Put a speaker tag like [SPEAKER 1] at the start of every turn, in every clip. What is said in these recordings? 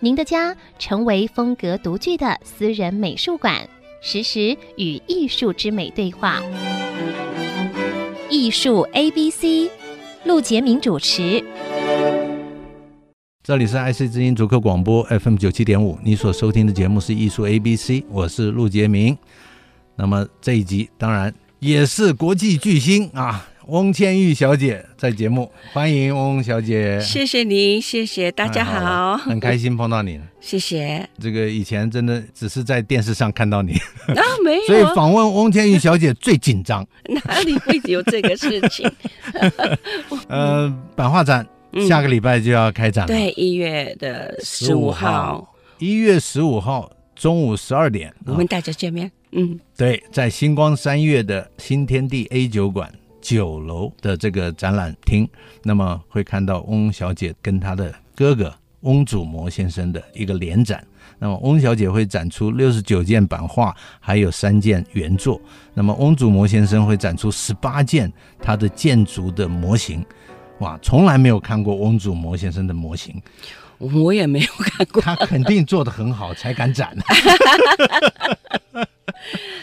[SPEAKER 1] 您的家成为风格独具的私人美术馆，实时与艺术之美对话。艺术 A B C，陆杰明主持。
[SPEAKER 2] 这里是 IC 之音逐客广播 FM 九七点五，你所收听的节目是艺术 ABC，我是陆杰明。那么这一集当然也是国际巨星啊，翁千玉小姐在节目，欢迎翁小姐。
[SPEAKER 3] 谢谢您，谢谢大家
[SPEAKER 2] 太哎了
[SPEAKER 3] 好，
[SPEAKER 2] 很开心碰到你。
[SPEAKER 3] 谢谢。
[SPEAKER 2] 这个以前真的只是在电视上看 到你，
[SPEAKER 3] 啊，没有，
[SPEAKER 2] 所以访问翁千玉小姐最紧张。
[SPEAKER 3] 哪里会有这个事 情？
[SPEAKER 2] 呃，版画展
[SPEAKER 3] 嗯
[SPEAKER 2] 下个礼拜就要开展了，
[SPEAKER 3] 对，一月的十
[SPEAKER 2] 15
[SPEAKER 3] 五
[SPEAKER 2] 号
[SPEAKER 3] 号，
[SPEAKER 2] 一月十五号中午十二点，
[SPEAKER 3] 我们大家见面。嗯，
[SPEAKER 2] 对，在星光三月的新天地 A 酒馆九楼的这个展览厅，那么会看到翁小姐跟她的哥哥翁祖模先生的一个联展。那么翁小姐会展出六十九件版画，还有三件原作。那么翁祖模先生会展出十八件他的建筑的模型。哇，从来没有看过翁祖模先生的模型，
[SPEAKER 3] 嗯我也没有看过。
[SPEAKER 2] 他肯定做得很好才敢展。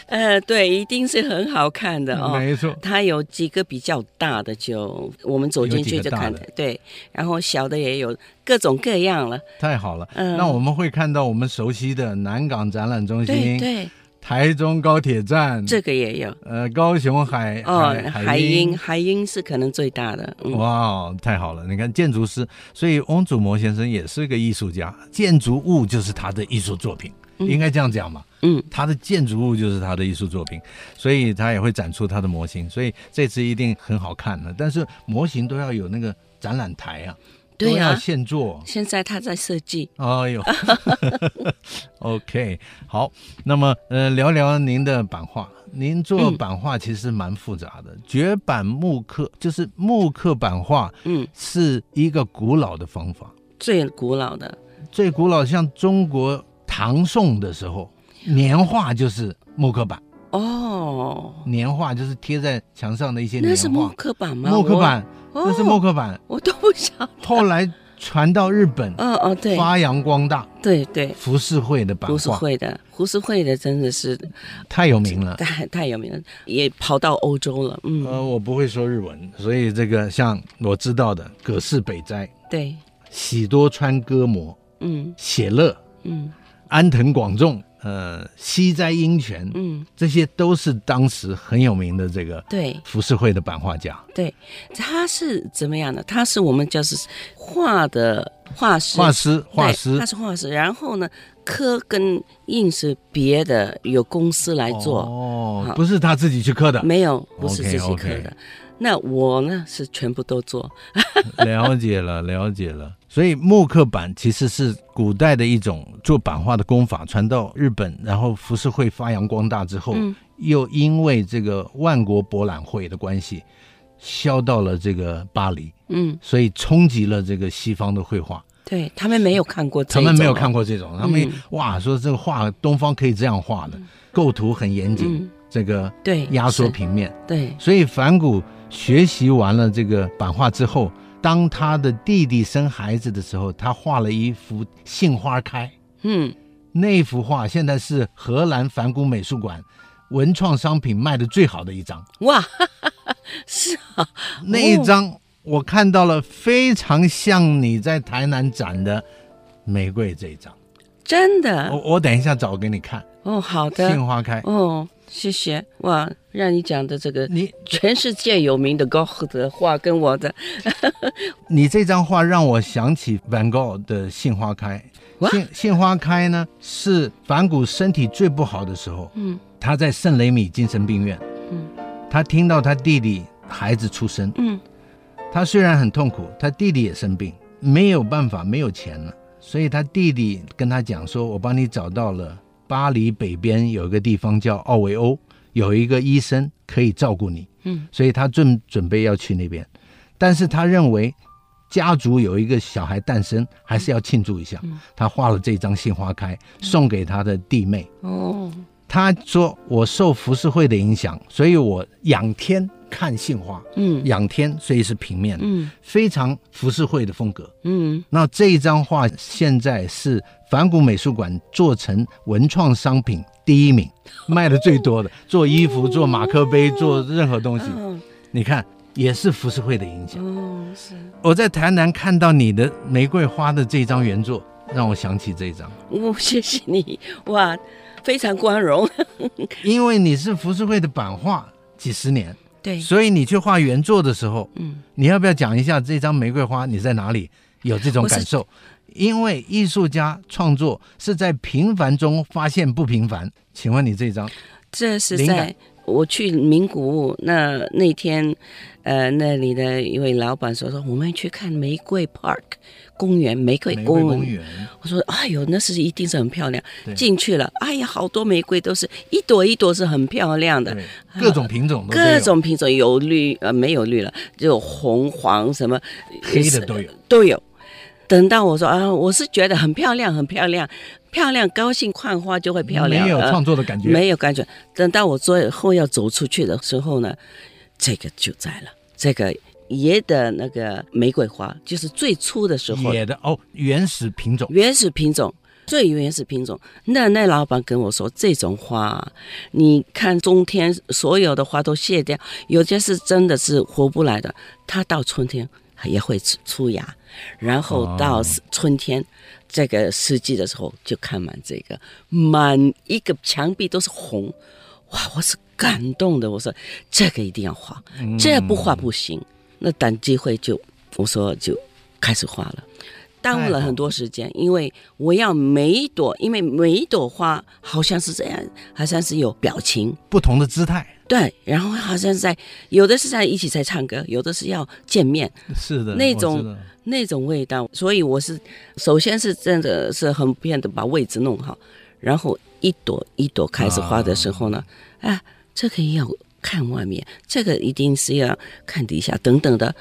[SPEAKER 3] 呃，对，一定是很好看的 哦。
[SPEAKER 2] 没错，
[SPEAKER 3] 它有几个比较大的就，我们走进去就看
[SPEAKER 2] 有几个大
[SPEAKER 3] 对，然后小的也有各种各样了。
[SPEAKER 2] 太好了。
[SPEAKER 3] 嗯
[SPEAKER 2] 那我们会看到我们熟悉的南港展览中
[SPEAKER 3] 对
[SPEAKER 2] 心。
[SPEAKER 3] 对，
[SPEAKER 2] 台中高铁站，
[SPEAKER 3] 这个也有。
[SPEAKER 2] 呃高雄海
[SPEAKER 3] 哦，
[SPEAKER 2] 海
[SPEAKER 3] 海鹰，。海鹰是可能最大的。嗯，
[SPEAKER 2] 哇哦，太好了！你看建筑师，所以翁祖模先生也是个艺术家，建筑物就是他的艺术作品，应该这样讲嘛。
[SPEAKER 3] 嗯，
[SPEAKER 2] 他的建筑物就是他的艺术作品，所以他也会展出他的模型，所以这次一定很好看的。但是模型都要有那个展览台啊，
[SPEAKER 3] 对
[SPEAKER 2] 都要
[SPEAKER 3] 呀。
[SPEAKER 2] 现做。
[SPEAKER 3] 现在他在设计。
[SPEAKER 2] 哎呦 ，OK，好，那么呃，聊聊您的版画。您做
[SPEAKER 3] 嗯
[SPEAKER 2] 版画其实蛮复杂的，绝版木刻就是木刻版画
[SPEAKER 3] 嗯，
[SPEAKER 2] 是一个古老的方法，
[SPEAKER 3] 最古老的。
[SPEAKER 2] 最古老像中国唐宋的时候，年画就是木刻版，
[SPEAKER 3] 哦，
[SPEAKER 2] 年画就是贴在墙上的一些年
[SPEAKER 3] 那
[SPEAKER 2] 画，
[SPEAKER 3] 是木刻板吗？
[SPEAKER 2] 木刻板，
[SPEAKER 3] 我，哦
[SPEAKER 2] 那是木刻板，
[SPEAKER 3] 我都不晓得。
[SPEAKER 2] 后来传到日本，
[SPEAKER 3] 哦哦，对
[SPEAKER 2] 发扬光大，
[SPEAKER 3] 对对，
[SPEAKER 2] 浮世绘的版
[SPEAKER 3] 胡适
[SPEAKER 2] 画
[SPEAKER 3] 会的，胡适会的真的是
[SPEAKER 2] 太有名了。
[SPEAKER 3] 太太有名了，也跑到欧洲了。嗯，
[SPEAKER 2] 嗯呃，我不会说日文，所以这个像我知道的葛饰北斋、
[SPEAKER 3] 对，
[SPEAKER 2] 喜多川歌磨、
[SPEAKER 3] 嗯
[SPEAKER 2] 写乐、
[SPEAKER 3] 嗯
[SPEAKER 2] 安藤广重、呃西斋英权，
[SPEAKER 3] 嗯，
[SPEAKER 2] 这些都是当时很有名的这个
[SPEAKER 3] 对
[SPEAKER 2] 浮世绘的版画家、
[SPEAKER 3] 对，他是怎么样的？他是我们就是画的画师，
[SPEAKER 2] 画师、画师
[SPEAKER 3] 对他。是画师。然后呢，刻跟印是别的，有公司来做。
[SPEAKER 2] 哦，
[SPEAKER 3] 好
[SPEAKER 2] 不是他自己去刻的，
[SPEAKER 3] 没有，不是
[SPEAKER 2] OK，
[SPEAKER 3] 自己刻
[SPEAKER 2] OK
[SPEAKER 3] 的。那我呢是全部都做，
[SPEAKER 2] 了解了，了解了。所以木刻板其实是古代的一种做版画的工法，传到日本，然后浮世绘发扬光大之后，
[SPEAKER 3] 嗯
[SPEAKER 2] 又因为这个万国博览会的关系，销到了这个巴黎，
[SPEAKER 3] 嗯，
[SPEAKER 2] 所以冲击了这个西方的绘画。
[SPEAKER 3] 对他们没有看过这
[SPEAKER 2] 他们没有
[SPEAKER 3] 种
[SPEAKER 2] 看过这种，他们、
[SPEAKER 3] 嗯
[SPEAKER 2] 哇说这个画东方可以这样画的，构图很严谨，
[SPEAKER 3] 嗯，
[SPEAKER 2] 这个
[SPEAKER 3] 对，
[SPEAKER 2] 压缩
[SPEAKER 3] 是，
[SPEAKER 2] 平面。
[SPEAKER 3] 对，
[SPEAKER 2] 所以反骨学习完了这个版画之后，当他的弟弟生孩子的时候，他画了一幅《杏花开》，
[SPEAKER 3] 嗯，
[SPEAKER 2] 那幅画现在是荷兰反骨美术馆文创商品卖的最好的一张。
[SPEAKER 3] 哇， 是啊，
[SPEAKER 2] 那一张我看到了，非常像你在台南展的玫瑰这一张。
[SPEAKER 3] 真的
[SPEAKER 2] 我我等一下找给你看
[SPEAKER 3] 哦，好
[SPEAKER 2] 《
[SPEAKER 3] 的
[SPEAKER 2] 杏，花开》。
[SPEAKER 3] 哦，谢谢哇，让你讲的这个
[SPEAKER 2] 你
[SPEAKER 3] 全世界有名的高흐的话跟我的，
[SPEAKER 2] 你这张画让我想起 Van Gogh 的《杏花开》。
[SPEAKER 3] 哇
[SPEAKER 2] 杏杏花开呢，是梵谷身体最不好的时候，
[SPEAKER 3] 嗯
[SPEAKER 2] 他在圣雷米精神病院，
[SPEAKER 3] 嗯，
[SPEAKER 2] 他听到他弟弟孩子出生，
[SPEAKER 3] 嗯
[SPEAKER 2] 他虽然很痛苦，他弟弟也生病，没有办法，没有钱了，所以他弟弟跟他讲说：“我帮你找到了巴黎北边有一个地方叫奥维欧，有一个医生可以照顾你。”
[SPEAKER 3] 嗯，
[SPEAKER 2] 所以他准准备要去那边，但是他认为家族有一个小孩诞生，还是要庆祝一下。
[SPEAKER 3] 嗯
[SPEAKER 2] 他画了这张杏花开，送给他的弟妹。
[SPEAKER 3] 哦，
[SPEAKER 2] 他说：“我受浮世绘的影响，所以我仰天看杏花，
[SPEAKER 3] 嗯
[SPEAKER 2] 仰天所以是平面的，
[SPEAKER 3] 嗯
[SPEAKER 2] 非常浮世绘的风格。”
[SPEAKER 3] 嗯
[SPEAKER 2] 那这一张画现在是梵谷美术馆做成文创商品第一名，卖的最多的，做衣服、做马克杯、做任何东西。
[SPEAKER 3] 哦
[SPEAKER 2] 你看，也是浮世绘的影响。
[SPEAKER 3] 哦是，
[SPEAKER 2] 我在台南看到你的玫瑰花的这张原作，让我想起这张，
[SPEAKER 3] 我哦谢谢你哇，非常光荣，
[SPEAKER 2] 因为你是浮世绘的版画几十年，
[SPEAKER 3] 对
[SPEAKER 2] 所以你去画原作的时候，
[SPEAKER 3] 嗯
[SPEAKER 2] 你要不要讲一下这张玫瑰花你在哪里有这种感受？因为艺术家创作是在平凡中发现不平凡。请问你这张
[SPEAKER 3] 这是
[SPEAKER 2] 灵
[SPEAKER 3] 在
[SPEAKER 2] 感
[SPEAKER 3] 我去名古屋那那天，呃，那里的一位老板说说我们去看玫瑰 park 公园，玫瑰
[SPEAKER 2] 玫瑰
[SPEAKER 3] 公
[SPEAKER 2] 公
[SPEAKER 3] 园。
[SPEAKER 2] 园，
[SPEAKER 3] 我说哎呦，那是一定是很漂亮
[SPEAKER 2] 对。
[SPEAKER 3] 进去了，哎呀，好多玫瑰都是一朵一朵是很漂亮的，
[SPEAKER 2] 对，各种品种都都有
[SPEAKER 3] 呃各种品种有绿呃没有绿了，就有红黄什么
[SPEAKER 2] 黑的都有，
[SPEAKER 3] 都有。等到我说啊，我是觉得很漂亮，很漂亮，漂亮，高兴看花就会漂亮。
[SPEAKER 2] 没有
[SPEAKER 3] 呃
[SPEAKER 2] 创作的感觉，
[SPEAKER 3] 没有感觉。等到我最后要走出去的时候呢，这个就在了，这个野的那个玫瑰花，就是最初的时候
[SPEAKER 2] 野的哦，原始品种
[SPEAKER 3] 原始品种。最原始品种，那那老板跟我说，这种花、啊，你看冬天所有的花都谢掉，有些是真的是活不来的，它到春天也会出出芽，然后到
[SPEAKER 2] 哦
[SPEAKER 3] 春天、这个四季的时候就看满这个，满一个墙壁都是红，哇，我是感动的，我说这个一定要画，这不画不行。那等机会就我说就开始画了，耽误了很多时间，因为我要每一朵，因为每一朵花好像是这样，好像是有表情。
[SPEAKER 2] 不同的姿态，
[SPEAKER 3] 对，然后好像是在有的是在一起在唱歌，有的是要见面
[SPEAKER 2] 是的，
[SPEAKER 3] 那
[SPEAKER 2] 我
[SPEAKER 3] 种
[SPEAKER 2] 知道
[SPEAKER 3] 那种味道，所以我是首先是真的是很不便的把位置弄好，然后一朵一朵开始花的时候呢，啊这个也要看外面，这个一定是要看底下等等的，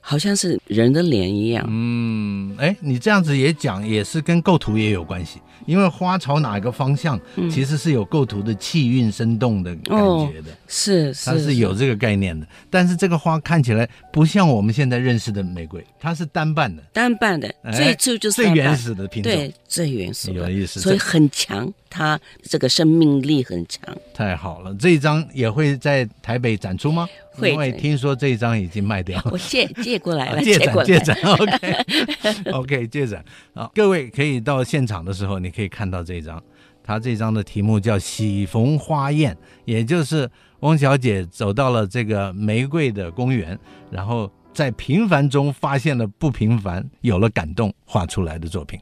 [SPEAKER 3] 好像是人的脸一样，
[SPEAKER 2] 嗯，哎，你这样子也讲，也是跟构图也有关系，因为花朝哪个方向，
[SPEAKER 3] 嗯
[SPEAKER 2] 其实是有构图的气韵生动的感觉的，
[SPEAKER 3] 是
[SPEAKER 2] 它
[SPEAKER 3] 哦是
[SPEAKER 2] 是有这个概念的。但是这个花看起来不像我们现在认识的玫瑰，它是单瓣的，
[SPEAKER 3] 单瓣的，
[SPEAKER 2] 哎
[SPEAKER 3] 最初就是
[SPEAKER 2] 最
[SPEAKER 3] 单瓣
[SPEAKER 2] 原始的品种
[SPEAKER 3] 对。最原始
[SPEAKER 2] 有
[SPEAKER 3] 的，
[SPEAKER 2] 意思
[SPEAKER 3] 所以
[SPEAKER 2] 这
[SPEAKER 3] 很强，它这个生命力 很强。
[SPEAKER 2] 太好了，这一张也会在台北展出吗？
[SPEAKER 3] 会
[SPEAKER 2] 因为听说这一张已经卖掉了。
[SPEAKER 3] 我借借过来了，
[SPEAKER 2] 啊借展
[SPEAKER 3] 过
[SPEAKER 2] 借
[SPEAKER 3] 来，
[SPEAKER 2] 展，OK OK 借展啊，各位可以到现场的时候，你可以看到这一张，它这张的题目叫《喜逢花宴》，也就是翁小姐走到了这个玫瑰的公园，然后在平凡中发现了不平凡，有了感动，画出来的作品。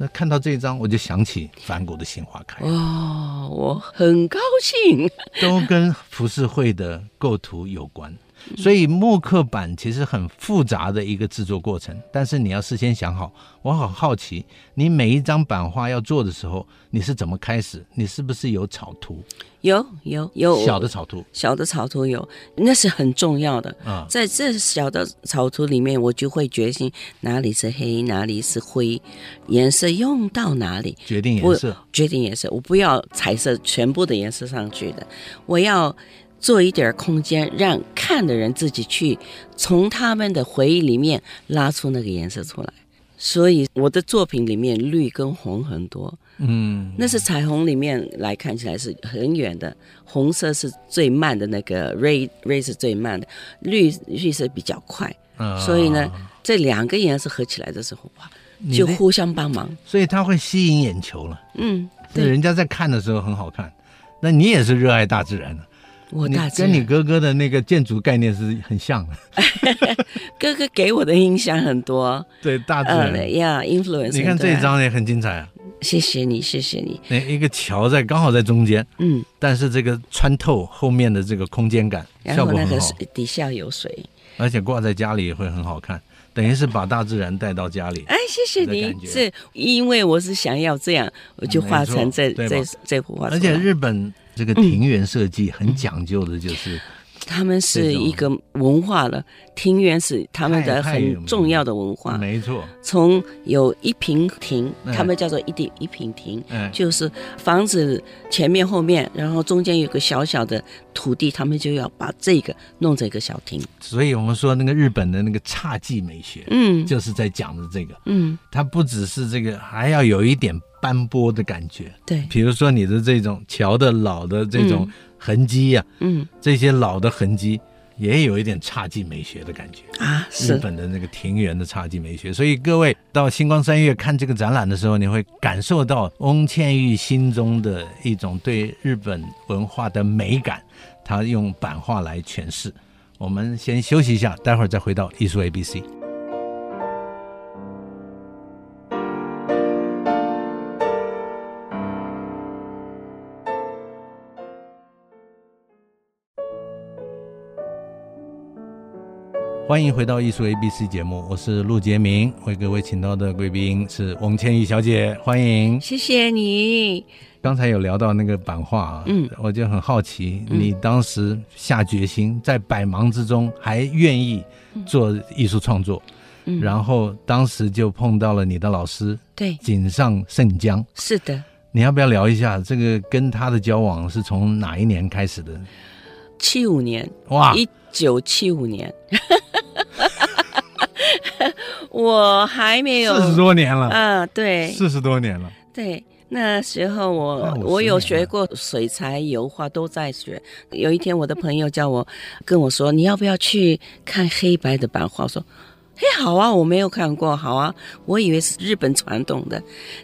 [SPEAKER 2] 那看到这一张，我就想起梵谷的《杏花开》，
[SPEAKER 3] 哦，我很高兴。
[SPEAKER 2] 都跟浮世绘的构图有关。所以木刻板其实很复杂的一个制作过程，但是你要事先想好。我很好奇，你每一张版画要做的时候，你是怎么开始？你是不是有草图？
[SPEAKER 3] 有有有
[SPEAKER 2] 小的草图
[SPEAKER 3] 小的草图有，那是很重要的。
[SPEAKER 2] 啊、
[SPEAKER 3] 在这小的草图里面，我就会决心哪里是黑，哪里是灰，颜色用到哪里，
[SPEAKER 2] 决定颜
[SPEAKER 3] 我
[SPEAKER 2] 色。
[SPEAKER 3] 决定颜色。我不要彩色全部的颜色上去的，我要做一点空间，让看的人自己去从他们的回忆里面拉出那个颜色出来。所以我的作品里面绿跟红很多，
[SPEAKER 2] 嗯，
[SPEAKER 3] 那是彩虹里面来看起来是很远的，红色是最慢的那个 ray ray 是最慢的，绿绿色比较快。
[SPEAKER 2] 啊
[SPEAKER 3] 所以呢，这两个颜色合起来的时候，哇，
[SPEAKER 2] 你
[SPEAKER 3] 就
[SPEAKER 2] 那
[SPEAKER 3] 互相帮忙。
[SPEAKER 2] 所以它会吸引眼球了。
[SPEAKER 3] 嗯，
[SPEAKER 2] 那
[SPEAKER 3] 对，
[SPEAKER 2] 人家在看的时候很好看。那你也是热爱大自然的，
[SPEAKER 3] 我
[SPEAKER 2] 你
[SPEAKER 3] 大致
[SPEAKER 2] 跟你哥哥的那个建筑概念是很像 的，
[SPEAKER 3] 哥哥给我的影响很多，
[SPEAKER 2] 对大自然。
[SPEAKER 3] 呃呀，influence。
[SPEAKER 2] 你看这一，张也很精彩啊，
[SPEAKER 3] 谢谢你，谢谢你。
[SPEAKER 2] 那一个桥在刚好在中间，
[SPEAKER 3] 嗯，
[SPEAKER 2] 但是这个穿透后面的这个空间感
[SPEAKER 3] 然
[SPEAKER 2] 效
[SPEAKER 3] 后
[SPEAKER 2] 果
[SPEAKER 3] 那
[SPEAKER 2] 很
[SPEAKER 3] 个
[SPEAKER 2] 好，
[SPEAKER 3] 水底下有水，
[SPEAKER 2] 而且挂在家里也会很好看。等于是把大自然带到家里。
[SPEAKER 3] 哎，谢谢
[SPEAKER 2] 的
[SPEAKER 3] 你
[SPEAKER 2] 感，觉嗯
[SPEAKER 3] 是因为我是想要这样，我就画成这
[SPEAKER 2] 没错对
[SPEAKER 3] 这
[SPEAKER 2] 吧
[SPEAKER 3] 这幅画出
[SPEAKER 2] 而
[SPEAKER 3] 来。
[SPEAKER 2] 且日本这个庭园设计很讲究的，就是
[SPEAKER 3] 他们
[SPEAKER 2] 这
[SPEAKER 3] 是
[SPEAKER 2] 种
[SPEAKER 3] 一个文化了，庭园是他们的
[SPEAKER 2] 太太有名
[SPEAKER 3] 很
[SPEAKER 2] 了
[SPEAKER 3] 重要的文化。
[SPEAKER 2] 没错，
[SPEAKER 3] 从有一平亭，
[SPEAKER 2] 嗯
[SPEAKER 3] 他们叫做一地一平亭，
[SPEAKER 2] 嗯，
[SPEAKER 3] 就是房子前面后面，然后中间有个小小的土地，他们就要把这个弄成一个小亭。
[SPEAKER 2] 所以我们说那个日本的那个侘寂美学，
[SPEAKER 3] 嗯
[SPEAKER 2] 就是在讲的这个，
[SPEAKER 3] 嗯，
[SPEAKER 2] 它不只是这个，还要有一点斑驳的感觉，
[SPEAKER 3] 对，
[SPEAKER 2] 比如说你的这种桥的老的这种痕迹呀、
[SPEAKER 3] 嗯
[SPEAKER 2] 这些老的痕迹。也有一点侘寂美学的感觉，
[SPEAKER 3] 啊
[SPEAKER 2] 日
[SPEAKER 3] 是，
[SPEAKER 2] 本的那个庭园的侘寂美学。所以各位到星光三月看这个展览的时候，你会感受到翁倩玉心中的一种对日本文化的美感，她用版画来诠释。我们先休息一下，待会儿再回到艺术 A B C。欢迎回到艺术 A B C 节目，我是陆杰明，为各位请到的贵宾是翁倩玉小姐，欢迎。
[SPEAKER 3] 谢谢你。
[SPEAKER 2] 刚才有聊到那个版画啊，
[SPEAKER 3] 嗯，
[SPEAKER 2] 我就很好奇，
[SPEAKER 3] 嗯
[SPEAKER 2] 你当时下决心在百忙之中还愿意做艺术创作，
[SPEAKER 3] 嗯，
[SPEAKER 2] 然后当时就碰到了你的老师
[SPEAKER 3] 对，
[SPEAKER 2] 井上圣江，
[SPEAKER 3] 是的。
[SPEAKER 2] 你要不要聊一下这个跟他的交往是从哪一年开始的？
[SPEAKER 3] 七五年，
[SPEAKER 2] 哇，
[SPEAKER 3] 一九七五年， 我还没有，
[SPEAKER 2] 四十多年了，
[SPEAKER 3] 啊，对
[SPEAKER 2] 四十多年了，
[SPEAKER 3] 对。那时候
[SPEAKER 2] 那
[SPEAKER 3] 我
[SPEAKER 2] 50
[SPEAKER 3] 我有
[SPEAKER 2] 年了
[SPEAKER 3] 学过水彩、油画，都在学。有一天，我的朋友叫我，跟我说：“你要不要去看黑白的版画？”我说：“嘿，好啊，我没有看过，好啊，我以为是日本传统的。”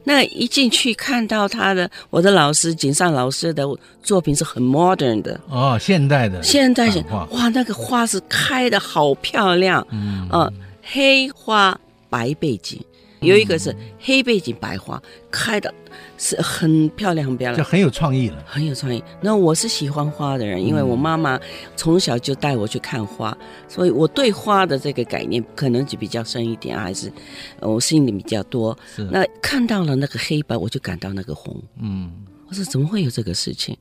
[SPEAKER 3] 那一进去看到他的，我的老师井上老师的作品是很 modern 的，
[SPEAKER 2] 哦，现代的，
[SPEAKER 3] 现在想
[SPEAKER 2] 版画
[SPEAKER 3] 哇，那个花是开的好漂亮，
[SPEAKER 2] 嗯
[SPEAKER 3] 呃，黑花白背景，有一个是黑背景白花，开的是很漂亮，很漂
[SPEAKER 2] 就
[SPEAKER 3] 亮。
[SPEAKER 2] 很有创意了，
[SPEAKER 3] 很有创意。那我是喜欢花的人，因为我妈妈从小就带我去看花，所以我对花的这个概念可能就比较深一点，还是呃我心里比较多。
[SPEAKER 2] 是，
[SPEAKER 3] 那看到了那个黑白，我就感到那个红。
[SPEAKER 2] 嗯，
[SPEAKER 3] 我说怎么会有这个事情？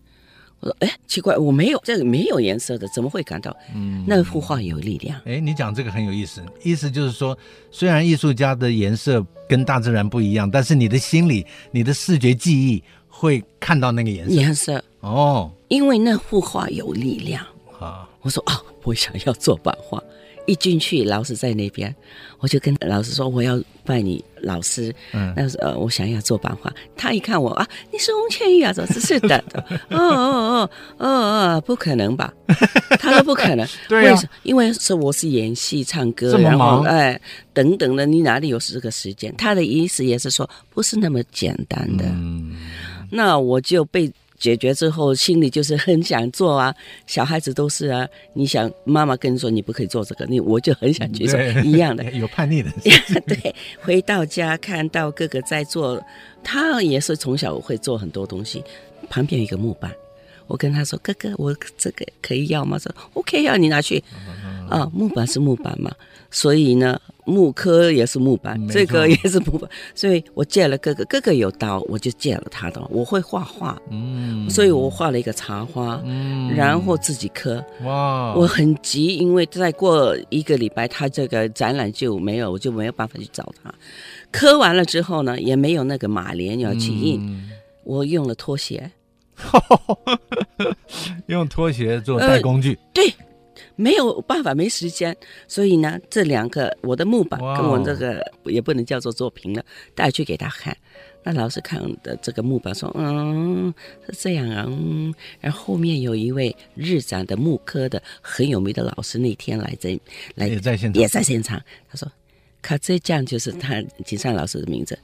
[SPEAKER 3] 我说哎，奇怪，我没有这个没有颜色的，怎么会感到？嗯，那幅画有力量。
[SPEAKER 2] 哎，你讲这个很有意思，意思就是说，虽然艺术家的颜色跟大自然不一样，但是你的心里、你的视觉记忆会看到那个颜色。
[SPEAKER 3] 颜色，
[SPEAKER 2] 哦，
[SPEAKER 3] 因为那幅画有力量。
[SPEAKER 2] 啊，
[SPEAKER 3] 我说啊，我想要做版画。一进去，老师在那边，我就跟老师说我要拜你老师。
[SPEAKER 2] 嗯
[SPEAKER 3] 那时候呃，我想要做版画。他一看我啊，你是翁倩玉啊？说是是的。 哦哦哦哦哦，不可能吧？他说不可能。
[SPEAKER 2] 对啊
[SPEAKER 3] 为什因为是我是演戏、唱歌，
[SPEAKER 2] 这么
[SPEAKER 3] 然后
[SPEAKER 2] 忙
[SPEAKER 3] 哎等等的，你哪里有这个时间？他的意思也是说不是那么简单的。
[SPEAKER 2] 嗯，
[SPEAKER 3] 那我就被解决之后，心里就是很想做啊。 小孩子都是啊，你想妈妈跟你说你不可以做这个，你我就很想去做
[SPEAKER 2] 对。
[SPEAKER 3] 一样 的
[SPEAKER 2] 嗯有叛逆的，
[SPEAKER 3] 对，回到家看到哥哥在做，他也是从小会做很多东西。旁边有一个木板，我跟他说：“哥哥，我这个可以要吗？”说：“OK 啊，你拿去。”
[SPEAKER 2] 嗯
[SPEAKER 3] 啊，木板是木板嘛，所以呢，木科也是木板
[SPEAKER 2] 没，错
[SPEAKER 3] 这个也是木板，所以我借了哥哥，哥哥有刀，我就借了他的。我会画画，
[SPEAKER 2] 嗯，
[SPEAKER 3] 所以我画了一个茶花，
[SPEAKER 2] 嗯哦
[SPEAKER 3] 然后自己刻。
[SPEAKER 2] 哇，
[SPEAKER 3] 我很急，因为再过一个礼拜，他这个展览就没有，我就没有办法去找他。刻完了之后呢，也没有那个马莲要去印，
[SPEAKER 2] 嗯
[SPEAKER 3] 我用了拖鞋，
[SPEAKER 2] 用拖鞋做
[SPEAKER 3] 呃
[SPEAKER 2] 代工具，
[SPEAKER 3] 对，没有办法，没时间，所以呢，这两个我的木板
[SPEAKER 2] 哇哦
[SPEAKER 3] 跟我这个也不能叫做作品了，带去给他看。那老师看的这个木板说，嗯，是这样啊，嗯。然后后面有一位日展的木科的很有名的老师，那天来这来
[SPEAKER 2] 也在现场
[SPEAKER 3] 也在现场。他说：“卡这酱就是他金山老师的名字，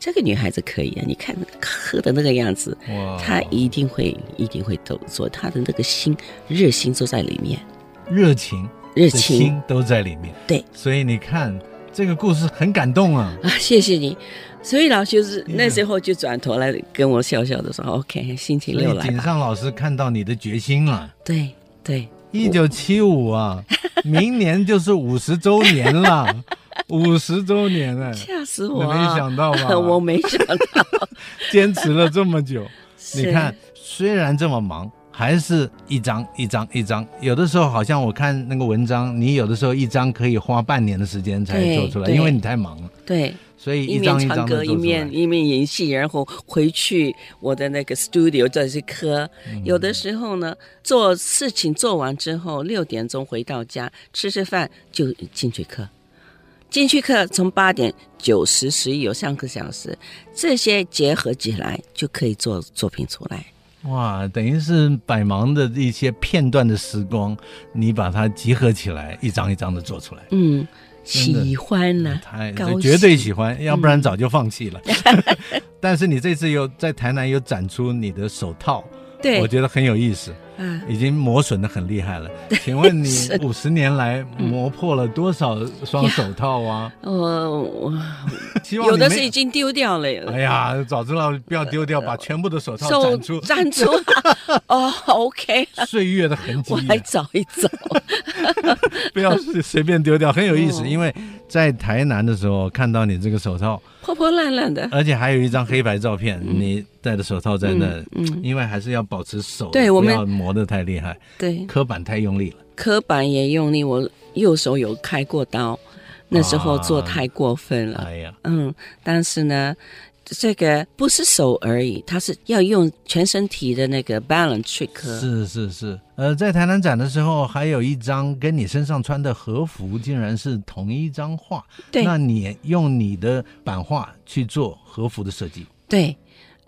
[SPEAKER 3] 这个女孩子可以啊！你看那个喝的那个样子，
[SPEAKER 2] 哇，
[SPEAKER 3] 她一定会一定会走做，她的那个心热心都在里面，
[SPEAKER 2] 热情、
[SPEAKER 3] 热
[SPEAKER 2] 的
[SPEAKER 3] 情
[SPEAKER 2] 心都在里面。
[SPEAKER 3] 对
[SPEAKER 2] 所以你看这个故事很感动啊。
[SPEAKER 3] 啊！谢谢你。”所以老师就是
[SPEAKER 2] 嗯
[SPEAKER 3] 那时候就转头来跟我笑笑的说：“OK，星期
[SPEAKER 2] 所
[SPEAKER 3] 六
[SPEAKER 2] 以
[SPEAKER 3] 来
[SPEAKER 2] 井
[SPEAKER 3] 吧。
[SPEAKER 2] 上老师看到你的决心啊了。”
[SPEAKER 3] 对对，
[SPEAKER 2] 一九七五啊，明年就是五十周年了。五十周年啊了，
[SPEAKER 3] 吓死
[SPEAKER 2] 你
[SPEAKER 3] 我！啊
[SPEAKER 2] 没想到吧？
[SPEAKER 3] 我没想到。
[SPEAKER 2] 坚持了这么久， 你
[SPEAKER 3] 是
[SPEAKER 2] 看，虽然这么忙，还是一张一张一张。有的时候好像我看那个文章，你有的时候一张可以花半年的时间才
[SPEAKER 3] 对
[SPEAKER 2] 做出来，
[SPEAKER 3] 对
[SPEAKER 2] 因为你太忙了，
[SPEAKER 3] 对，
[SPEAKER 2] 所以
[SPEAKER 3] 一
[SPEAKER 2] 一
[SPEAKER 3] 面
[SPEAKER 2] 张一
[SPEAKER 3] 唱
[SPEAKER 2] 张的
[SPEAKER 3] 歌，一
[SPEAKER 2] 做出来
[SPEAKER 3] 面。一面演戏，然后回去我的那个 studio 再去磕。
[SPEAKER 2] 嗯
[SPEAKER 3] 有的时候呢，做事情做完之后，六点钟回到家吃吃饭就进去磕。进去课从八点九十十一有上课小时，这些结合起来就可以做作品出来。
[SPEAKER 2] 哇，等于是百忙的一些片段的时光，你把它集合起来，一张一张的做出来。
[SPEAKER 3] 嗯，
[SPEAKER 2] 真的嗯
[SPEAKER 3] 喜欢呢、
[SPEAKER 2] 太
[SPEAKER 3] 高兴嗯
[SPEAKER 2] 绝对喜欢，要不然早就放 弃了。但是你这次又在台南有展出你的手套，
[SPEAKER 3] 对
[SPEAKER 2] 我觉得很有意思，
[SPEAKER 3] 啊，
[SPEAKER 2] 已经磨损的很厉害了。请问你
[SPEAKER 3] 是
[SPEAKER 2] 五十年来磨破了多少双手套啊？
[SPEAKER 3] 我我
[SPEAKER 2] 希望
[SPEAKER 3] 嗯有的
[SPEAKER 2] 你没
[SPEAKER 3] 是已经丢掉了。
[SPEAKER 2] 哎呀，早知道不要丢掉，把全部的手套
[SPEAKER 3] 手
[SPEAKER 2] 展出，
[SPEAKER 3] 展出哦，OK，
[SPEAKER 2] 岁月的痕 迹
[SPEAKER 3] 我
[SPEAKER 2] 啊，
[SPEAKER 3] 还找一找。
[SPEAKER 2] 不要随便丢掉，很有意思。
[SPEAKER 3] 哦
[SPEAKER 2] 因为在台南的时候看到你这个手套，
[SPEAKER 3] 破破烂烂的。
[SPEAKER 2] 而且还有一张黑白照片，你戴的手套在那，
[SPEAKER 3] 嗯嗯
[SPEAKER 2] 因为还是要保持手，
[SPEAKER 3] 对我们嗯
[SPEAKER 2] 不要磨得太厉害，
[SPEAKER 3] 对，
[SPEAKER 2] 刻板太用力了。
[SPEAKER 3] 刻板也用力，我右手有开过刀，那时候做太过分了。
[SPEAKER 2] 哎呀，
[SPEAKER 3] 嗯，但是呢，这个不是手而已，它是要用全身体的那个 balance 去刻。
[SPEAKER 2] 是是是，呃，在台南展的时候，还有一张跟你身上穿的和服竟然是同一张画，
[SPEAKER 3] 对
[SPEAKER 2] 那你用你的版画去做和服的设计，
[SPEAKER 3] 对，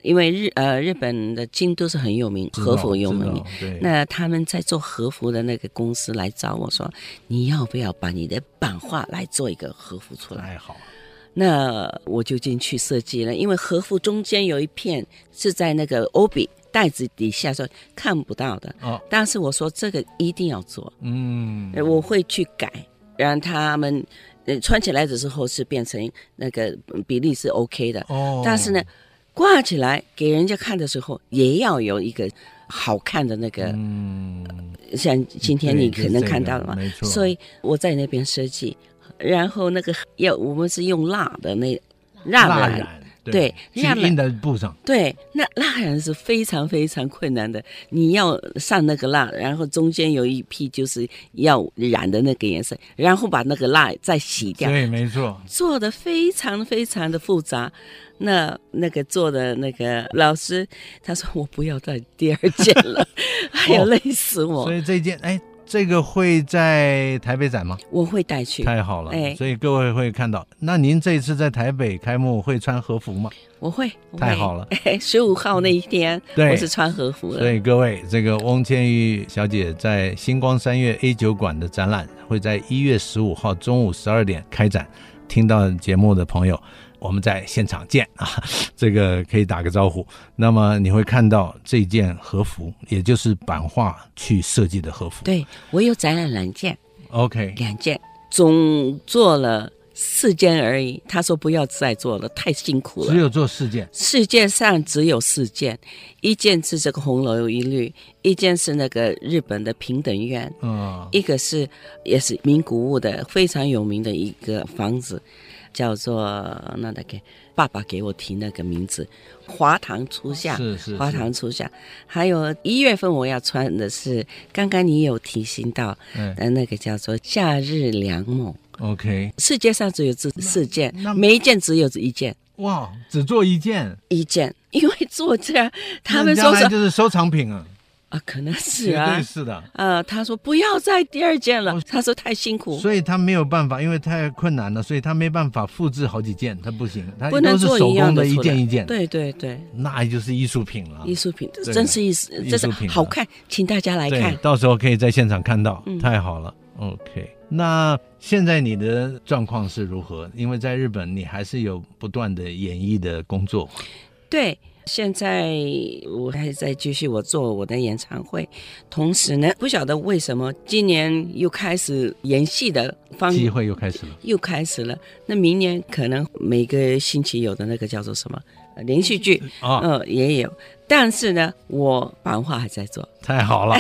[SPEAKER 3] 因为日呃日本的京都是很有名，和服有
[SPEAKER 2] 知道
[SPEAKER 3] 名。，
[SPEAKER 2] 知道对，
[SPEAKER 3] 那他们在做和服的那个公司来找我说，你要不要把你的版画来做一个和服出来？
[SPEAKER 2] 太好了，
[SPEAKER 3] 那我就进去设计了，因为和服中间有一片是在那个欧比袋子底下，说看不到的。
[SPEAKER 2] 哦，
[SPEAKER 3] 但是我说这个一定要做，
[SPEAKER 2] 嗯
[SPEAKER 3] 呃，我会去改，让他们呃穿起来的时候是变成那个嗯比例是 OK 的，
[SPEAKER 2] 哦，
[SPEAKER 3] 但是呢，挂起来给人家看的时候也要有一个好看的那个，
[SPEAKER 2] 嗯，
[SPEAKER 3] 像今天
[SPEAKER 2] 对
[SPEAKER 3] 你
[SPEAKER 2] 就
[SPEAKER 3] 可能
[SPEAKER 2] 这
[SPEAKER 3] 看
[SPEAKER 2] 个
[SPEAKER 3] 到了嘛，
[SPEAKER 2] 没错，
[SPEAKER 3] 所以我在那边设计，然后那个要我们是用蜡的那蜡
[SPEAKER 2] 蜡
[SPEAKER 3] 染，
[SPEAKER 2] 染，
[SPEAKER 3] 对
[SPEAKER 2] 是
[SPEAKER 3] 蜡染
[SPEAKER 2] 印在布上，
[SPEAKER 3] 对，那蜡染是非常非常困难的，你要上那个蜡，然后中间有一批就是要染的那个颜色，然后把那个蜡再洗掉，
[SPEAKER 2] 对，没错，
[SPEAKER 3] 做的非常非常的复杂。那那个做的那个老师，他说我不要再第二件 了，哎呀，
[SPEAKER 2] 哦
[SPEAKER 3] 累死我！
[SPEAKER 2] 所以这件，哎，这个会在台北展吗？
[SPEAKER 3] 我会带去，
[SPEAKER 2] 太好了，
[SPEAKER 3] 哎
[SPEAKER 2] 所以各位会看到。那您这一次在台北开幕会穿和服吗？
[SPEAKER 3] 我会，我
[SPEAKER 2] 太
[SPEAKER 3] 会
[SPEAKER 2] 好了，嗯
[SPEAKER 3] 十五号那一天，
[SPEAKER 2] 对
[SPEAKER 3] 我是穿和服
[SPEAKER 2] 所
[SPEAKER 3] 的。
[SPEAKER 2] 以各位，这个翁倩玉小姐在星光三月 A 酒馆的展览会在一月十五号中午十二点开展。听到节目的朋友，我们在现场见啊， 这个可以打个招呼。那么你会看到这件和服，也就是版画去设计的和服。
[SPEAKER 3] 对我有展览两件，
[SPEAKER 2] ，OK，
[SPEAKER 3] 两件，总做了四件而已。他说不要再做了，太辛苦
[SPEAKER 2] 只
[SPEAKER 3] 了。
[SPEAKER 2] 有做四件。
[SPEAKER 3] 世界上只有四件，一件是这个红楼一律，一件是那个日本的平等院，
[SPEAKER 2] 嗯，
[SPEAKER 3] 一个是也是名古屋的非常有名的一个房子，叫做那那个爸爸给我提那个名字，华堂初夏。
[SPEAKER 2] 是是
[SPEAKER 3] 花
[SPEAKER 2] 是
[SPEAKER 3] 堂初夏，还有一月份我要穿的是，刚刚你有提醒到
[SPEAKER 2] 嗯
[SPEAKER 3] 的那个叫做《夏日良梦》。
[SPEAKER 2] ，OK，
[SPEAKER 3] 世界上只有这四件
[SPEAKER 2] 那，
[SPEAKER 3] 每一件只有一件，
[SPEAKER 2] 哇，只做一件，
[SPEAKER 3] 一件，因为作家他们
[SPEAKER 2] 那将
[SPEAKER 3] 说
[SPEAKER 2] 来
[SPEAKER 3] 是
[SPEAKER 2] 就是收藏品啊，
[SPEAKER 3] 啊，可能是
[SPEAKER 2] 绝
[SPEAKER 3] 啊
[SPEAKER 2] 对，哦是的。
[SPEAKER 3] 呃，他说不要再第二件了
[SPEAKER 2] 我，
[SPEAKER 3] 他说太辛苦，
[SPEAKER 2] 所以他没有办法，因为太困难了，所以他没办法复制好几件，他不行，他
[SPEAKER 3] 不
[SPEAKER 2] 都
[SPEAKER 3] 能
[SPEAKER 2] 是
[SPEAKER 3] 做
[SPEAKER 2] 手
[SPEAKER 3] 一样
[SPEAKER 2] 工
[SPEAKER 3] 的
[SPEAKER 2] 一
[SPEAKER 3] 出来
[SPEAKER 2] 件一件，，
[SPEAKER 3] 对对对，
[SPEAKER 2] 那就是艺术品了。
[SPEAKER 3] 艺术品
[SPEAKER 2] 个
[SPEAKER 3] 真是艺术，
[SPEAKER 2] 艺
[SPEAKER 3] 真
[SPEAKER 2] 术
[SPEAKER 3] 是
[SPEAKER 2] 品啊
[SPEAKER 3] 好看，请大家来
[SPEAKER 2] 对
[SPEAKER 3] 看，。
[SPEAKER 2] 到时候可以在现场看到，
[SPEAKER 3] 嗯
[SPEAKER 2] 太好了。OK，那现在你的状况是如何？因为在日本，你还是有不断的演艺的工作，
[SPEAKER 3] 对，现在我还在继续我做我的演唱会，同时呢，不晓得为什么今年又开始演戏的方
[SPEAKER 2] 机会又开始了。
[SPEAKER 3] 又开始了。那明年可能每个星期有的那个叫做什么呃连续剧，
[SPEAKER 2] 啊、
[SPEAKER 3] 嗯、也有。但是呢，我版画还在做，
[SPEAKER 2] 太好 了！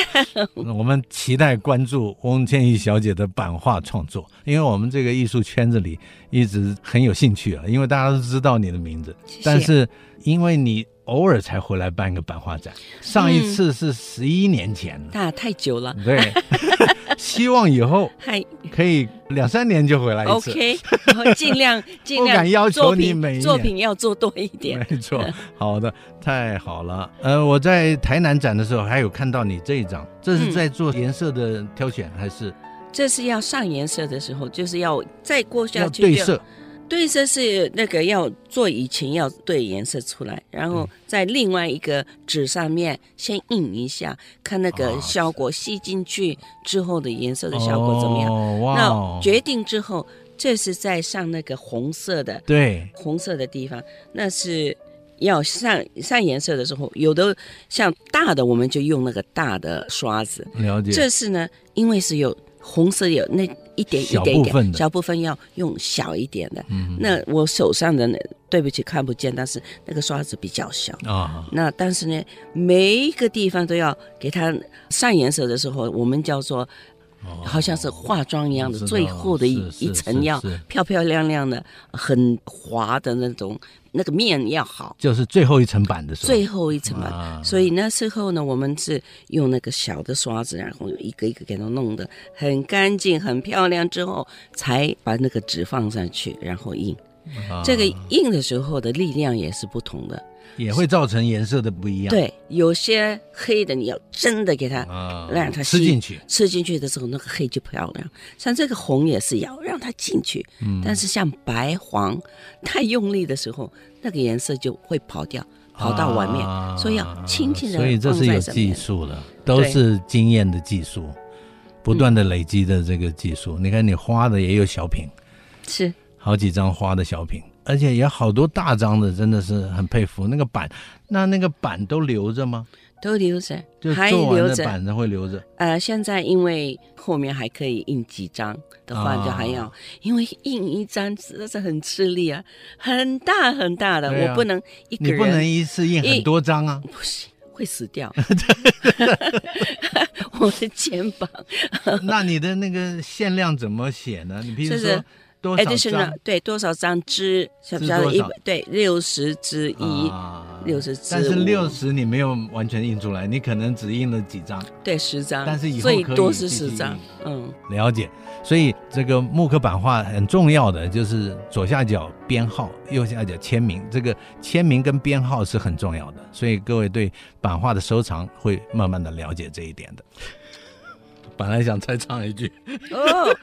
[SPEAKER 2] 我们期待关注翁倩玉小姐的版画创作，因为我们这个艺术圈子里一直很有兴趣啊，因为大家都知道你的名字，
[SPEAKER 3] 谢
[SPEAKER 2] 但是因为你偶尔才回来办一个版画展，上一次是十一年前了，
[SPEAKER 3] 那太久了。
[SPEAKER 2] 对，希望以后
[SPEAKER 3] 嗨
[SPEAKER 2] 可以两三年就回来一次。
[SPEAKER 3] ，OK，然 后 尽量尽量
[SPEAKER 2] 敢要求
[SPEAKER 3] 作
[SPEAKER 2] 你
[SPEAKER 3] 品
[SPEAKER 2] 每一
[SPEAKER 3] 作
[SPEAKER 2] 年
[SPEAKER 3] 品要做多一点。
[SPEAKER 2] 没错，好的，太好了。呃，我在台南展的时候还有看到你这一张，这是
[SPEAKER 3] 嗯
[SPEAKER 2] 在做颜色的挑选，还是
[SPEAKER 3] 这是要上颜色的时候，就是要再过下
[SPEAKER 2] 要
[SPEAKER 3] 去
[SPEAKER 2] 对
[SPEAKER 3] 就
[SPEAKER 2] 色？
[SPEAKER 3] 对色是那个要做以前要对颜色出来，然
[SPEAKER 2] 嗯
[SPEAKER 3] 后在另外一个纸上面先印一下，看那
[SPEAKER 2] 哦
[SPEAKER 3] 个效果吸进去之后的颜色的效果怎么样。
[SPEAKER 2] 哦、哇哦
[SPEAKER 3] 那决定之后，这是在上那个红色的
[SPEAKER 2] 对，
[SPEAKER 3] 红色的地方，那是要上上颜色的时候，有的像大的我们就用那个大的刷子，
[SPEAKER 2] 了解。
[SPEAKER 3] 这是呢，因为是有红色有那一点一
[SPEAKER 2] 小
[SPEAKER 3] 点一
[SPEAKER 2] 部分
[SPEAKER 3] 点
[SPEAKER 2] 的
[SPEAKER 3] 小部分要用小一点的。
[SPEAKER 2] 嗯
[SPEAKER 3] 那我手上的呢，对不起看不见，但是那个刷子比较小。
[SPEAKER 2] 啊，
[SPEAKER 3] 那但是呢，每一个地方都要给它上颜色的时候，我们叫做
[SPEAKER 2] 哦
[SPEAKER 3] 好像是化妆一样的，
[SPEAKER 2] 我知道
[SPEAKER 3] 最后的一
[SPEAKER 2] 是
[SPEAKER 3] 一
[SPEAKER 2] 是
[SPEAKER 3] 层
[SPEAKER 2] 是
[SPEAKER 3] 要
[SPEAKER 2] 是
[SPEAKER 3] 漂漂亮亮的，很滑的那种，那个面要好，
[SPEAKER 2] 就是最后一层版的时候，
[SPEAKER 3] 最后一层嘛。
[SPEAKER 2] 啊
[SPEAKER 3] 所以那时候呢，我们是用那个小的刷子，然后一个一个给它弄得很干净、很漂亮，之后才把那个纸放上去，然后印。
[SPEAKER 2] 啊
[SPEAKER 3] 这个印的时候的力量也是不同的，
[SPEAKER 2] 也会造成颜色的不一样。
[SPEAKER 3] 对，有些黑的你要真的给它
[SPEAKER 2] 啊，
[SPEAKER 3] 让它吸
[SPEAKER 2] 吃进去，
[SPEAKER 3] 吃进去的时候，那个黑就漂亮。像这个红也是要让它进去，
[SPEAKER 2] 嗯
[SPEAKER 3] 但是像白黄太用力的时候，那个颜色就会跑掉，跑到外面，
[SPEAKER 2] 啊
[SPEAKER 3] 所以要轻轻的
[SPEAKER 2] 所以这是有技术的，都是经验的技术，不断的累积的这个技术。
[SPEAKER 3] 嗯
[SPEAKER 2] 你看，你花的也有小品，
[SPEAKER 3] 是
[SPEAKER 2] 好几张花的小品，而且也好多大张的，真的是很佩服。那个板，那那个板都留着吗？
[SPEAKER 3] 都留着
[SPEAKER 2] 就，
[SPEAKER 3] 还
[SPEAKER 2] 做完
[SPEAKER 3] 留
[SPEAKER 2] 的
[SPEAKER 3] 着。
[SPEAKER 2] 板子会留着。
[SPEAKER 3] 呃，现在因为后面还可以印几张的话，
[SPEAKER 2] 啊
[SPEAKER 3] 就还要，因为印一张实在是很吃力啊，很大很大的，
[SPEAKER 2] 对啊
[SPEAKER 3] 我不能一个
[SPEAKER 2] 你
[SPEAKER 3] 人，
[SPEAKER 2] 不能一次印很多张啊！
[SPEAKER 3] 不行，会死 掉。 我的肩膀
[SPEAKER 2] 那你的那个限量怎么写呢？你比如
[SPEAKER 3] 哎就是
[SPEAKER 2] 说多少张
[SPEAKER 3] additional 对多少张支，小不
[SPEAKER 2] 支
[SPEAKER 3] 小的
[SPEAKER 2] 多
[SPEAKER 3] 一
[SPEAKER 2] 少
[SPEAKER 3] 对六十之一，
[SPEAKER 2] 啊
[SPEAKER 3] 60支
[SPEAKER 2] 但是
[SPEAKER 3] 五
[SPEAKER 2] 六十你没有完全印出来，你可能只印了几张。
[SPEAKER 3] 对十张，
[SPEAKER 2] 但是以后
[SPEAKER 3] 最
[SPEAKER 2] 可以
[SPEAKER 3] 多是
[SPEAKER 2] 继续
[SPEAKER 3] 十张
[SPEAKER 2] 印，
[SPEAKER 3] 嗯，
[SPEAKER 2] 了解，所以这个木刻版画很重要的就是左下角编号，右下角签名。这个签名跟编号是很重要的，所以各位对版画的收藏会慢慢的了解这一点的。本来想再唱一句，
[SPEAKER 3] 哦，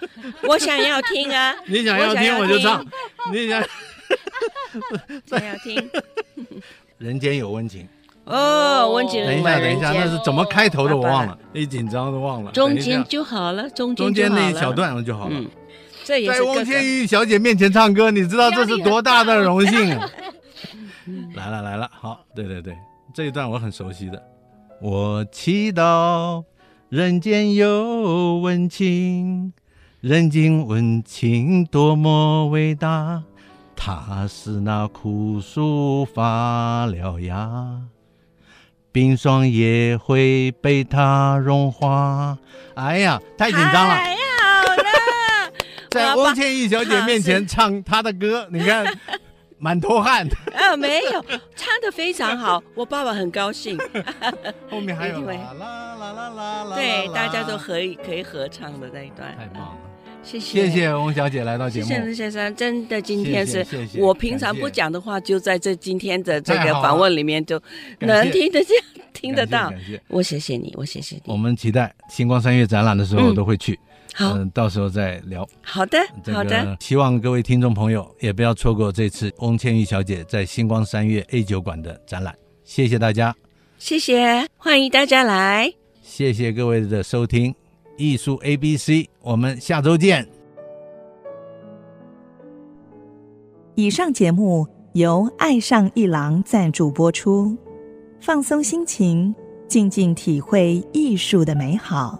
[SPEAKER 3] 我想要听 啊，
[SPEAKER 2] 你想要听 我就唱，你想
[SPEAKER 3] 想要听。
[SPEAKER 2] 人间有温情。
[SPEAKER 3] 哦，温景
[SPEAKER 2] 等
[SPEAKER 3] 仁
[SPEAKER 2] 一下，
[SPEAKER 3] 满
[SPEAKER 2] 等
[SPEAKER 3] 人
[SPEAKER 2] 一下，那
[SPEAKER 3] 间，哦啊
[SPEAKER 2] 是怎么开头的我忘了，一紧张都忘了。
[SPEAKER 3] 中
[SPEAKER 2] 等一下
[SPEAKER 3] 间就好了，中间
[SPEAKER 2] 中间
[SPEAKER 3] 就好
[SPEAKER 2] 那一
[SPEAKER 3] 了
[SPEAKER 2] 小，段就好了。
[SPEAKER 3] 嗯，这也
[SPEAKER 2] 在
[SPEAKER 3] 是
[SPEAKER 2] 翁
[SPEAKER 3] 哥
[SPEAKER 2] 千
[SPEAKER 3] 哥。
[SPEAKER 2] 玉小姐面前唱歌，你知道这是多大的荣幸啊！ 来了来了，好，对对对，这一段我很熟悉的。我祈祷人间有温情，人间温情多么伟大，它使那枯树发了芽，冰霜也会被它融化。哎呀，太紧张了。
[SPEAKER 3] 太好了，
[SPEAKER 2] 在
[SPEAKER 3] 我把
[SPEAKER 2] 翁倩玉小姐面 前唱她的歌，你看满头汗，
[SPEAKER 3] 啊，没有，唱的非常好，我爸爸很高兴。
[SPEAKER 2] 后面还有
[SPEAKER 3] 一定会
[SPEAKER 2] 啦啦啦啦啦啦，
[SPEAKER 3] 对，大家都
[SPEAKER 2] 很
[SPEAKER 3] 可以可以合唱的那一段。
[SPEAKER 2] 太棒了，
[SPEAKER 3] 谢谢
[SPEAKER 2] 谢谢翁小姐来到节
[SPEAKER 3] 谢
[SPEAKER 2] 目，
[SPEAKER 3] 谢卢先生，真的今天
[SPEAKER 2] 谢
[SPEAKER 3] 是
[SPEAKER 2] 谢谢谢
[SPEAKER 3] 我平常
[SPEAKER 2] 感谢
[SPEAKER 3] 不讲的话，就在这今天的这
[SPEAKER 2] 太
[SPEAKER 3] 个
[SPEAKER 2] 好了
[SPEAKER 3] 访问里面就
[SPEAKER 2] 感
[SPEAKER 3] 能
[SPEAKER 2] 谢
[SPEAKER 3] 听得见、听得到
[SPEAKER 2] 感。谢。感谢
[SPEAKER 3] 我谢谢你，我谢谢
[SPEAKER 2] 我
[SPEAKER 3] 你。
[SPEAKER 2] 们期待星光三月展览的时候
[SPEAKER 3] 嗯
[SPEAKER 2] 都会去，
[SPEAKER 3] 好
[SPEAKER 2] 嗯，到时候再聊。
[SPEAKER 3] 好的，
[SPEAKER 2] 这
[SPEAKER 3] 好的
[SPEAKER 2] 个，希望各位听众朋友也不要错过这次翁倩玉小姐在星光三月 A 酒馆的展览。谢谢大家，
[SPEAKER 3] 谢谢，欢迎大家来。
[SPEAKER 2] 谢谢各位的收听，艺术 A B C，我们下周见。
[SPEAKER 4] 以上节目由爱上一郎赞助播出，放松心情，静静体会艺术的美好。